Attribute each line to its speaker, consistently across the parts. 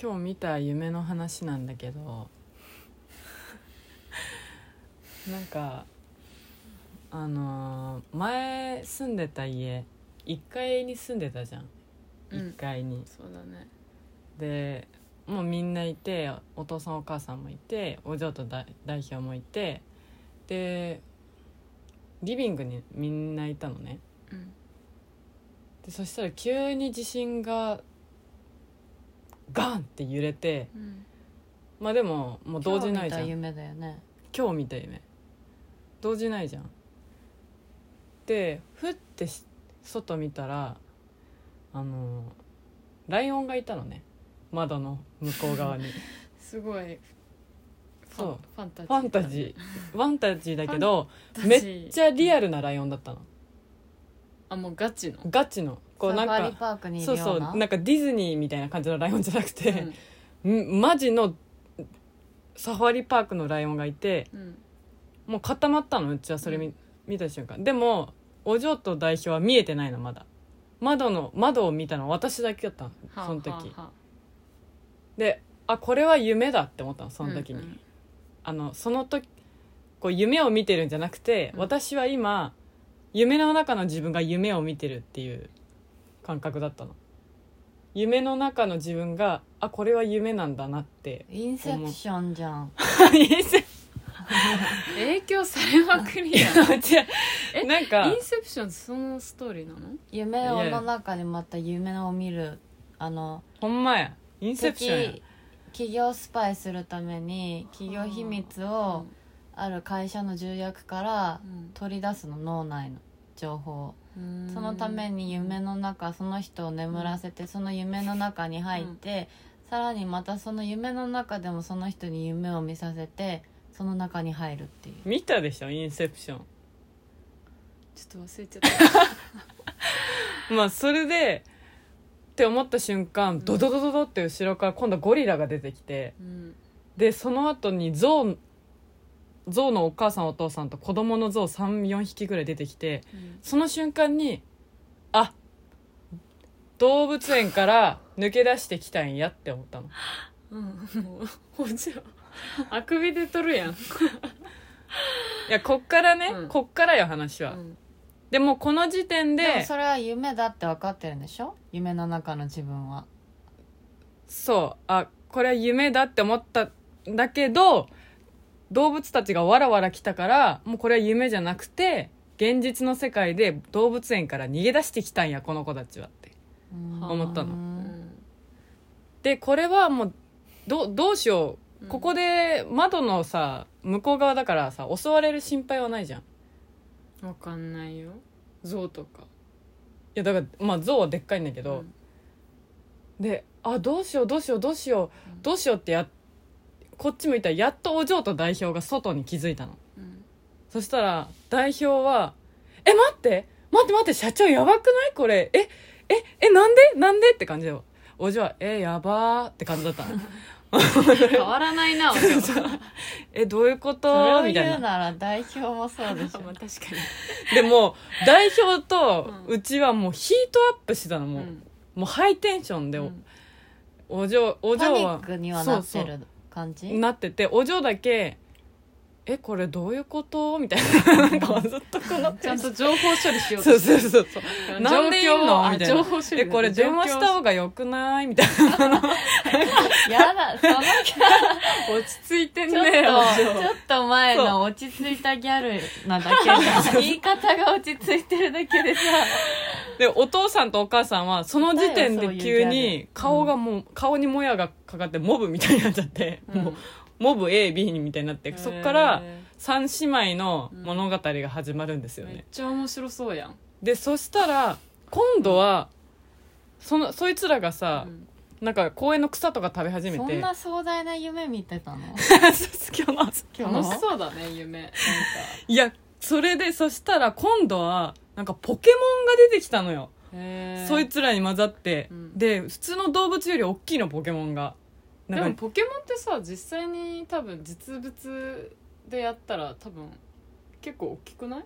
Speaker 1: 今日見た夢の話なんだけどなんかあのー前住んでた家1階に住んでたじゃん
Speaker 2: うん
Speaker 1: 1階に、
Speaker 2: そうだね
Speaker 1: でもうみんないてお父さんお母さんもいてお嬢とだ代表もいてでリビングにみんないたのね
Speaker 2: うん
Speaker 1: でそしたら急に地震がガンって揺れて
Speaker 2: うん
Speaker 1: まあでももう動じないじゃん
Speaker 2: 今日見た夢だよね
Speaker 1: 今日見た夢動じないじゃんでふってし外見たらあのライオンがいたのね窓の向こう 側に
Speaker 2: すごいファ
Speaker 1: そう
Speaker 2: ンファンタジー
Speaker 1: ファンタジーファンタジーだけど
Speaker 2: ー
Speaker 1: めっ
Speaker 2: ゃ
Speaker 1: ちゃリアルなライオンだったの
Speaker 2: あもうガチの
Speaker 1: ガチのこうなん
Speaker 2: サファリ
Speaker 1: か
Speaker 2: パークにいる
Speaker 1: そう
Speaker 2: ような
Speaker 1: そうなんかディズニーみたいな感じのライオンじゃなくて、
Speaker 2: うん
Speaker 1: んマジのサファリパークのライオンがいて
Speaker 2: うん
Speaker 1: もう固まったのうちはそれ見,、
Speaker 2: うん
Speaker 1: 見た瞬間でもお嬢と代表は見えてないのまだ窓の窓を見たの私だけだったの
Speaker 2: はあ
Speaker 1: その時、
Speaker 2: はあはあ
Speaker 1: であこれは夢だって思ったのその時に、
Speaker 2: うんうん
Speaker 1: あのその時こう夢を見てるんじゃなくて、
Speaker 2: うん
Speaker 1: 私は今夢の中の自分が夢を見てるっていう感覚だったの夢の中の自分があこれは夢なんだなって
Speaker 3: インセプションじゃん。
Speaker 2: 影響されまくり
Speaker 1: い
Speaker 2: や
Speaker 1: や
Speaker 2: ん
Speaker 1: 違 うなんか
Speaker 2: インセプションってそのストーリーなの
Speaker 3: 夢をの中にまた夢を見る。あの、
Speaker 1: ほんまやインセプションや
Speaker 3: 敵企業スパイするために企業秘密をある会社の重役から
Speaker 2: うん
Speaker 3: 取り出すの脳内の情報を
Speaker 2: うん
Speaker 3: そのために夢の中その人を眠らせてその夢の中に入ってさらにまたその夢の中でもその人に夢を見させてその中に入るっていう
Speaker 1: 見たでしょインセプショ
Speaker 2: ちょっと忘れちゃった
Speaker 1: ンまあそれでって思った瞬間
Speaker 2: ん
Speaker 1: ドドドドドって後ろから今度はゴリラが出てきて
Speaker 2: うん
Speaker 1: でその後にゾウゾウのお母さんお父さんと子供のゾウ34匹ぐらい出てきて
Speaker 2: うん
Speaker 1: その瞬間にあ動物園から抜け出してきたんやって思ったの
Speaker 2: うんもうほちろあくびで取るやん
Speaker 1: いやこっからね、
Speaker 2: うん
Speaker 1: こっからよ話は、
Speaker 2: うん
Speaker 1: でもこの時点で
Speaker 3: でもそれは夢だって分かってるんでしょ夢の中の自分は
Speaker 1: そうあこれは夢だって思ったんだけど動物たちがわらわら来たからもうこれは夢じゃなくて現実の世界で動物園から逃げ出してきたんやこの子たちはって思ったの
Speaker 2: う
Speaker 3: の
Speaker 2: ん
Speaker 1: でこれはもうどうどうしよ
Speaker 2: う
Speaker 1: うんここで窓のさ向こう側だからさ襲われる心配はないじゃんい
Speaker 2: わかんないよ象とか
Speaker 1: やだからまあ象はでっかいんだけど、であどうしようどうしようどうしよう、
Speaker 2: うん
Speaker 1: どうしようってやこっち向いたらやっとお嬢と代表が外に気づいたの
Speaker 2: うん
Speaker 1: そしたら代表は「え待って待って待って社長やばくないこれえええなんでなんで?」って感じでお嬢は「えやばー」って感じだったの
Speaker 2: 変わらない なお嬢
Speaker 1: えどういうこ
Speaker 3: それ
Speaker 1: と
Speaker 3: を
Speaker 1: みた
Speaker 3: 言
Speaker 1: いうな
Speaker 3: なら代表もそうでし
Speaker 2: あまあ
Speaker 3: ょ
Speaker 2: 確か
Speaker 1: でも代表と
Speaker 2: うん
Speaker 1: うちはもうヒートアップしてたの
Speaker 2: に
Speaker 1: もう,、
Speaker 2: ん
Speaker 1: もうハイテンションで、
Speaker 2: うん
Speaker 1: お嬢お
Speaker 3: パ
Speaker 1: 嬢
Speaker 3: ニ
Speaker 1: は
Speaker 3: ックにはなっ
Speaker 1: そう
Speaker 3: て
Speaker 1: そう
Speaker 3: る感じ
Speaker 1: なっててお嬢だけ「えこれどういうこと?」みたい ななんかずっとこの
Speaker 2: ちゃんと情報処理しよう
Speaker 1: そう
Speaker 2: と
Speaker 1: そうそうそうなんでいんの
Speaker 2: 状況をあ
Speaker 1: みたいな
Speaker 2: 情報処理
Speaker 1: えこれ電話した
Speaker 2: 状況を
Speaker 1: 方がよくないみたいな
Speaker 3: やだその
Speaker 2: 落ち着いて ん
Speaker 3: ちょっ
Speaker 2: ね
Speaker 3: とちょっと前の落ち着いたギャルなだけで言い方が落ち着いてるだけでさ
Speaker 1: でお父さんとお母さんはその時点で急に顔がもう、顔にもやがかかってモブみたいになっちゃって、もうモブ AB みたいになってそっから三姉妹の物語が始まるんですよ
Speaker 2: めっ
Speaker 1: ね、
Speaker 2: ちゃ面白そうやん
Speaker 1: でそしたら今度はそのそいつらがさ、なんか公園の草とか食べ始めて
Speaker 3: そんな壮大な夢見てたの
Speaker 1: 今日の朝
Speaker 3: 今
Speaker 2: 楽
Speaker 3: 日の
Speaker 2: しそうだね夢なんか
Speaker 1: いやそれでそしたら今度はなんかポケモンが出てきたのよ
Speaker 2: へー
Speaker 1: そいつらに混ざって、
Speaker 2: うん
Speaker 1: で普通の動物より大きいのポケモンが
Speaker 2: で
Speaker 1: な
Speaker 2: も
Speaker 1: んか
Speaker 2: ポケモンってさ実際に多分実物でやったら多分結構大きくない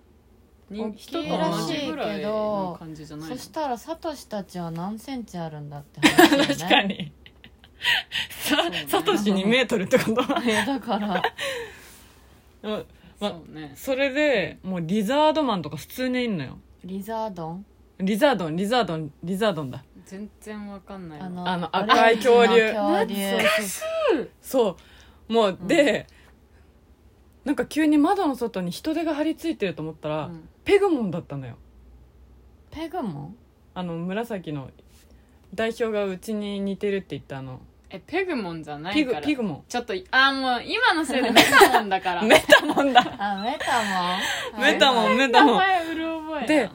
Speaker 2: 人人
Speaker 3: 大き
Speaker 2: と
Speaker 3: い
Speaker 1: ら
Speaker 2: 同
Speaker 1: しい
Speaker 2: じ
Speaker 1: けど
Speaker 2: ぐらいの感じじゃないの
Speaker 3: そしたらサトシたちは何センチあるんだって話だよね
Speaker 1: 確かにさ
Speaker 2: うね
Speaker 1: サトシ2メートルってこと
Speaker 3: いやだから
Speaker 1: うんま
Speaker 2: そうね
Speaker 1: それでもうリザードマンとか普通にいんのよ
Speaker 3: リザードン
Speaker 1: リザードンリザードンリザードンだ
Speaker 2: 全然わかんないわ
Speaker 3: あの
Speaker 1: あの赤い恐竜
Speaker 3: オレンジの恐竜
Speaker 2: 懐かしい
Speaker 1: そうもう、でなんか急に窓の外に人手が張り付いてると思ったら、
Speaker 2: うん
Speaker 1: ペグモンだったのよ
Speaker 3: ペグモン
Speaker 1: あの紫の代表がうちに似てるって言ったあの
Speaker 2: えペグモンじゃな
Speaker 1: ピ
Speaker 2: い
Speaker 1: グ
Speaker 2: から
Speaker 1: ピグモ
Speaker 2: ちょっとあもう今のせいでメタモンだ から
Speaker 1: ンメタモンだ
Speaker 3: あメタモン
Speaker 1: メタモンメタ
Speaker 2: 名
Speaker 1: モン
Speaker 2: 前うる覚え
Speaker 1: で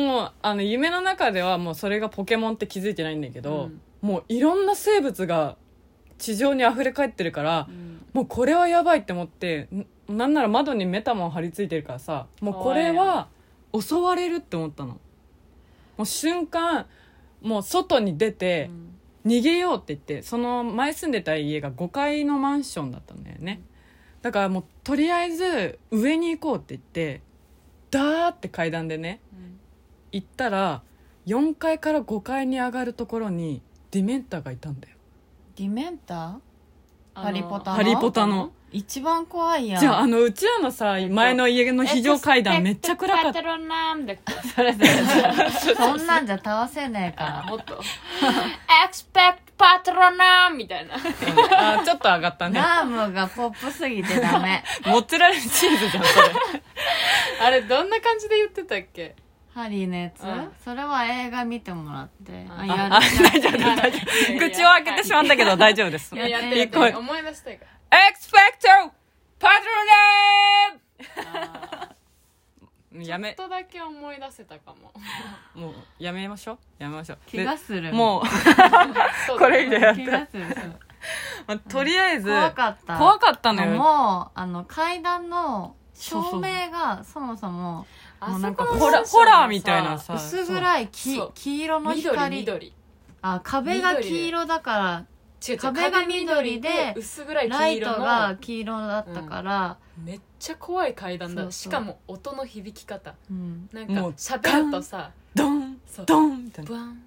Speaker 1: もうあの夢の中ではもうそれがポケモンって気づいてないんだけど、
Speaker 2: うん
Speaker 1: もういろんな生物が地上に溢れ返ってるから、
Speaker 2: うん
Speaker 1: もうこれはやばいって思ってんなんなら窓にメタモン張り付いてるからさもうこれは襲われるって思ったのもう瞬間もう外に出て
Speaker 2: うん
Speaker 1: 逃げようって言ってその前住んでた家が5階のマンションだったんだよねだからもうとりあえず上に行こうって言ってダーって階段でね
Speaker 2: うん
Speaker 1: 行ったら4階から5階に上がるところにディメンターがいたんだよ
Speaker 3: ディメンタ
Speaker 2: あの
Speaker 3: ハリポタあ
Speaker 1: ハ
Speaker 3: の
Speaker 1: リポタの
Speaker 3: ー一番怖いやん
Speaker 1: じゃああのうちらのさ
Speaker 2: えっと
Speaker 1: 前の家の非常階段めっちゃ暗かっ
Speaker 2: エクスペクトロナムで
Speaker 3: それそれそれそんなんじゃ倒せねえ
Speaker 2: あ
Speaker 3: か
Speaker 2: もっとエクスペクトパトロナムみたいな
Speaker 1: たあちょっと上がった
Speaker 3: ら
Speaker 1: ね
Speaker 3: ラームがポップすぎてダメ
Speaker 1: モッツァレラチーズじゃんそれ
Speaker 2: あれどんな感じで言ってたっけ
Speaker 3: ハリーのやつ、
Speaker 2: うん
Speaker 3: それは映画見てもらって
Speaker 2: あ
Speaker 3: あ
Speaker 1: あ
Speaker 3: や
Speaker 1: あ
Speaker 3: る
Speaker 1: 大丈夫大丈夫口を開けてしまったけど大丈夫です
Speaker 2: い
Speaker 1: エク
Speaker 2: や
Speaker 1: ス
Speaker 2: やって
Speaker 3: い
Speaker 2: や
Speaker 3: い
Speaker 2: って
Speaker 1: 声
Speaker 2: 思い出したいか
Speaker 1: ペクトパトロネームや
Speaker 2: らちょっ
Speaker 1: め
Speaker 2: とだけ思い出せたかも
Speaker 1: もうやめましょうやめましょう
Speaker 3: 気がする
Speaker 1: でも
Speaker 2: そう
Speaker 1: う
Speaker 2: だ
Speaker 1: こ
Speaker 2: ね
Speaker 1: れ以上やっ
Speaker 3: 気
Speaker 1: たら
Speaker 3: がする
Speaker 1: まあとりあえず
Speaker 3: 怖かった
Speaker 1: 怖かったのよ
Speaker 3: もうあの階段の照明がそもそも
Speaker 2: あそこ
Speaker 3: も
Speaker 2: の
Speaker 3: うなんか
Speaker 1: ホラ
Speaker 2: マンション
Speaker 1: ホ
Speaker 2: の
Speaker 1: ラーみたいなさ
Speaker 3: 薄暗いき
Speaker 2: そう
Speaker 3: 黄色の
Speaker 2: 緑
Speaker 3: 光
Speaker 2: 緑
Speaker 3: あ壁が黄色だか
Speaker 2: 違う違う
Speaker 3: 壁が緑で
Speaker 2: 壁薄暗い
Speaker 3: らラ
Speaker 2: 黄
Speaker 3: イト
Speaker 2: 色
Speaker 3: が
Speaker 2: の
Speaker 3: 黄色だったから、
Speaker 2: めっちゃ怖い階段だ
Speaker 3: そうそう
Speaker 2: しかも音の響き方
Speaker 3: うん
Speaker 2: なんか
Speaker 1: もう
Speaker 2: 喋るとさ
Speaker 1: ドン
Speaker 2: そう
Speaker 1: ドンみたいな
Speaker 2: ブワン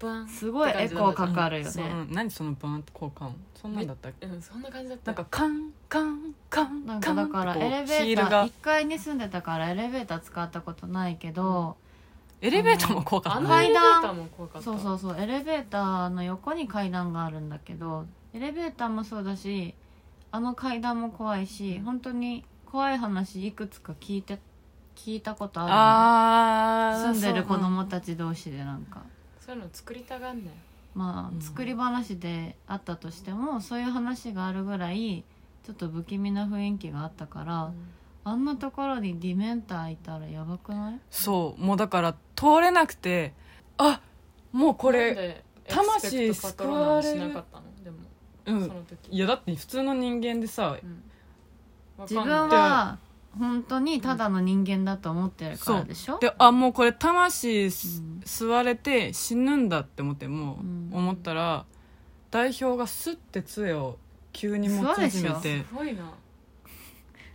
Speaker 2: ブワン
Speaker 3: すごいエコーかかるよ
Speaker 2: そう
Speaker 1: う
Speaker 3: ね、
Speaker 1: ん何そのバーンって効果音そんなんだったっけ
Speaker 2: うんそんな感じだっ
Speaker 1: な
Speaker 2: た
Speaker 1: んかカンカンカン
Speaker 3: なん
Speaker 1: カ
Speaker 3: か
Speaker 1: ン
Speaker 3: だから
Speaker 1: って
Speaker 3: エ
Speaker 1: こう
Speaker 3: レベー
Speaker 1: ヒ
Speaker 3: タ
Speaker 1: ール
Speaker 3: ー
Speaker 1: が
Speaker 3: 1階に住んでたからエレベーター使ったことないけど、
Speaker 1: エレベーターも怖かった
Speaker 2: あ
Speaker 1: ね
Speaker 2: の
Speaker 3: 階
Speaker 2: 階
Speaker 3: 段
Speaker 2: 段も怖かった
Speaker 3: そう
Speaker 2: う
Speaker 3: そうそうエレベーターの横に階段があるんだけどエレベーターもそうだしあの階段も怖いし本当に怖い話いくつか聞いて聞いたことある
Speaker 1: あ
Speaker 3: の
Speaker 1: ー
Speaker 3: 住んでる子
Speaker 1: そう
Speaker 3: 供たち同士でなんか
Speaker 2: そういうの作りたがんね
Speaker 3: ま
Speaker 1: うん
Speaker 3: あ作り話であったとしてもそういう話があるぐらいちょっと不気味な雰囲気があったからあんなところにディメンターいたらやばくない
Speaker 1: そうもうだから通れなくてあもうこれ
Speaker 2: 魂救われしなかったのでも
Speaker 1: う
Speaker 2: そ
Speaker 1: ん
Speaker 2: の時
Speaker 1: いやだって普通の人間でさ
Speaker 2: うんわかん
Speaker 3: 自
Speaker 2: ない
Speaker 3: 分は本当にただの人間だと思ってるからでしょ
Speaker 1: であもうこれ魂す
Speaker 3: うん
Speaker 1: 吸われて死ぬんだって思っても
Speaker 3: うん
Speaker 1: う思ったら代表がスッて杖を急に持ち始め
Speaker 3: そうで
Speaker 1: て
Speaker 2: すごいな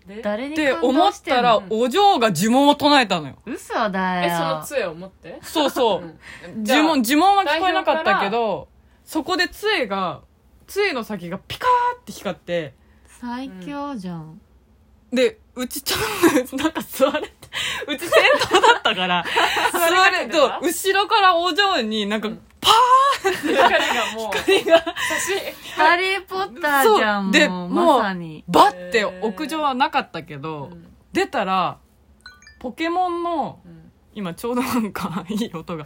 Speaker 2: で
Speaker 3: 誰に
Speaker 1: って
Speaker 3: 感
Speaker 1: 思
Speaker 3: 動
Speaker 1: っ
Speaker 3: してん
Speaker 1: たら
Speaker 3: の
Speaker 1: お嬢が呪文を唱えたのよ
Speaker 3: 嘘だ
Speaker 2: えその
Speaker 3: よ
Speaker 2: 杖を持って
Speaker 1: そう そう
Speaker 2: うんじゃあ
Speaker 1: 呪文呪文は聞こえなかったけどそこで杖が杖の先がピカーって光って
Speaker 3: 最強じゃん、
Speaker 1: で、うちちょっと、なん か座れて、うち戦闘だったから、座れる
Speaker 2: て
Speaker 1: と、
Speaker 2: た
Speaker 1: 後ろからお嬢になんか、パ
Speaker 2: 光がも う
Speaker 1: ーが、
Speaker 2: 写真
Speaker 3: ハリー・ポッターじゃん
Speaker 1: そうで
Speaker 3: もう
Speaker 1: もう
Speaker 3: まさに
Speaker 1: バッて屋上はなかったけど、
Speaker 2: うん
Speaker 1: 出たら、ポケモンの、
Speaker 2: うん
Speaker 1: 今ちょうどなんか、いい 音が、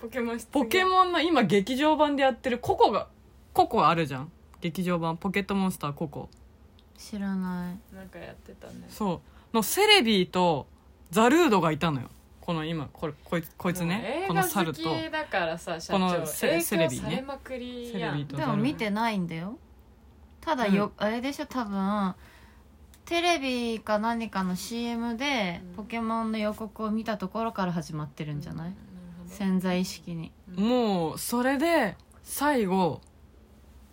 Speaker 2: ポケモン
Speaker 1: ポケ
Speaker 2: ン
Speaker 1: モンの今劇場版でやってるココが、ココあるじゃん。劇場版、ポケットモンスターココ。
Speaker 3: 知らない
Speaker 2: なんかやってたね
Speaker 1: そう。のセレビーとザルードがいたのよ。この今、これ、こいつ、こいつね。こ
Speaker 2: も
Speaker 1: の
Speaker 2: う映画
Speaker 1: 猿
Speaker 2: 好
Speaker 1: と。
Speaker 2: きだからさ社長
Speaker 1: このセ
Speaker 2: 影響
Speaker 1: セレビね
Speaker 2: されまくりや
Speaker 1: セレビ
Speaker 2: ん
Speaker 1: と
Speaker 3: でも見てないんだよただよ、あれでしょ多分テレビか何かの CM で
Speaker 2: うん
Speaker 3: ポケモンの予告を見たところから始まってるんじゃない、
Speaker 2: うん
Speaker 3: 潜在意識に
Speaker 1: もうそれで最後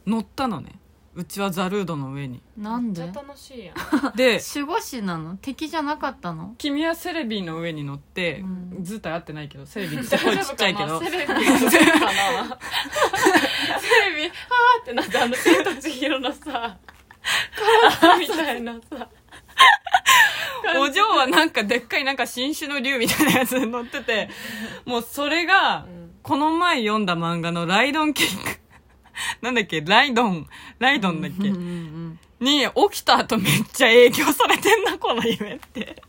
Speaker 1: 乗ったのねうちはザルードの上に
Speaker 3: なん
Speaker 2: めっ
Speaker 3: で
Speaker 2: ちゃ楽しいやん
Speaker 1: で
Speaker 3: 守護神なの敵じゃなかったの
Speaker 1: 君はセレビーの上に乗って、
Speaker 3: うん
Speaker 1: 図体合ってないけどセレビーって声ちっちゃいけど
Speaker 2: セレビ大丈夫かなセレビあーってなってあの「千と千尋」のさカラスみたいなさ
Speaker 1: お嬢はなんかでっかいなんか新種の竜みたいなやつに乗ってて もうそれが
Speaker 2: うん
Speaker 1: この前読んだ漫画の「ライドンキング」 なんだっけライドンライドンだっけ、
Speaker 3: うんうんうん
Speaker 1: に起きた後めっちゃ影響されてんな この夢って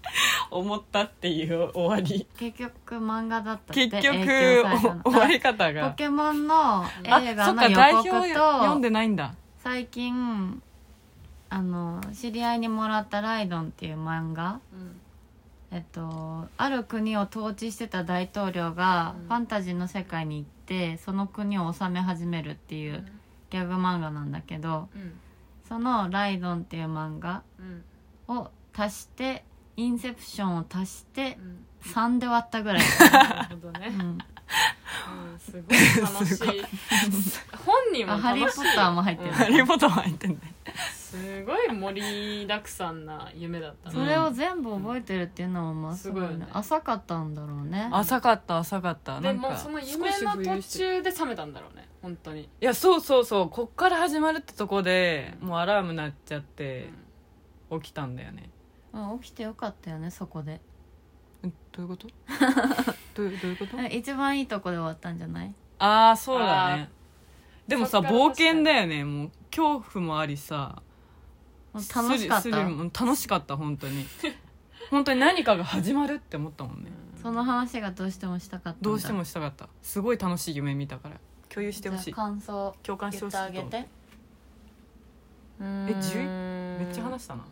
Speaker 1: 思ったっていう終わり
Speaker 3: 結局漫画だったって
Speaker 1: 結局
Speaker 3: 影響されたの
Speaker 1: お終わり方
Speaker 3: あポ
Speaker 1: が
Speaker 3: ケモンの
Speaker 1: あ
Speaker 3: 映画
Speaker 1: そっ
Speaker 3: の
Speaker 1: か代
Speaker 3: 予
Speaker 1: 表
Speaker 3: 告
Speaker 1: 読ん
Speaker 3: と
Speaker 1: でないんだ
Speaker 3: 最近あの知り合いにもらった「ライドン」っていう漫画
Speaker 2: うん
Speaker 3: えっと、ある国を統治してた大統領が
Speaker 2: うん
Speaker 3: ファンタジーの世界に行ってその国を治め始めるっていううんギャグ漫画なんだけど
Speaker 2: うん
Speaker 3: その「ライドン」っていう漫画
Speaker 2: うん
Speaker 3: を足して「インセプション」を足して
Speaker 2: うん
Speaker 3: 3で割ったぐらい、
Speaker 2: なるほど
Speaker 3: う
Speaker 2: ね
Speaker 3: ん、
Speaker 2: うんすごい楽しい本人も
Speaker 3: あ
Speaker 2: 楽しい
Speaker 3: ハリー・ポッターも入ってる、
Speaker 1: ハリー・ポッターも入ってんね
Speaker 2: すごい盛りだくさんな夢だったね
Speaker 3: それを全部覚えてるっていうのはまあすごい,、ね
Speaker 2: すごいよね
Speaker 3: 浅かったんだろうね
Speaker 1: 浅かった浅かった
Speaker 2: で
Speaker 1: なん
Speaker 2: も
Speaker 1: か
Speaker 2: うその夢の途中で冷めたんだろうね本当に、
Speaker 1: いやそうそうそうこっから始まるってとこでもうアラーム鳴っちゃっ
Speaker 2: う
Speaker 1: て
Speaker 2: ん
Speaker 1: 起きたんだよね
Speaker 3: うん起きてよかったよねそこで
Speaker 1: えどういうこと どうどういうこと
Speaker 3: え一番いいとこで終わったんじゃない
Speaker 1: ああそうだねでもさ
Speaker 2: そっから確
Speaker 1: 冒
Speaker 2: かに
Speaker 1: 険だよねもう恐怖もありさ
Speaker 3: もう楽しかっ
Speaker 1: スリスリ
Speaker 3: た
Speaker 1: ルも楽しかった本当に 本当に何かが始まるって思ったもんね
Speaker 3: その話がどうしてもしたかったんだ
Speaker 1: どうしてもしたかったすごい楽しい夢見たから共有してほし
Speaker 3: じ
Speaker 1: い
Speaker 3: ゃあ感想
Speaker 1: 共感して
Speaker 3: 言
Speaker 1: ほ
Speaker 3: っ
Speaker 1: していと
Speaker 3: あげ
Speaker 1: 思う
Speaker 3: て
Speaker 1: え11めっちゃ
Speaker 3: 話
Speaker 1: 話したな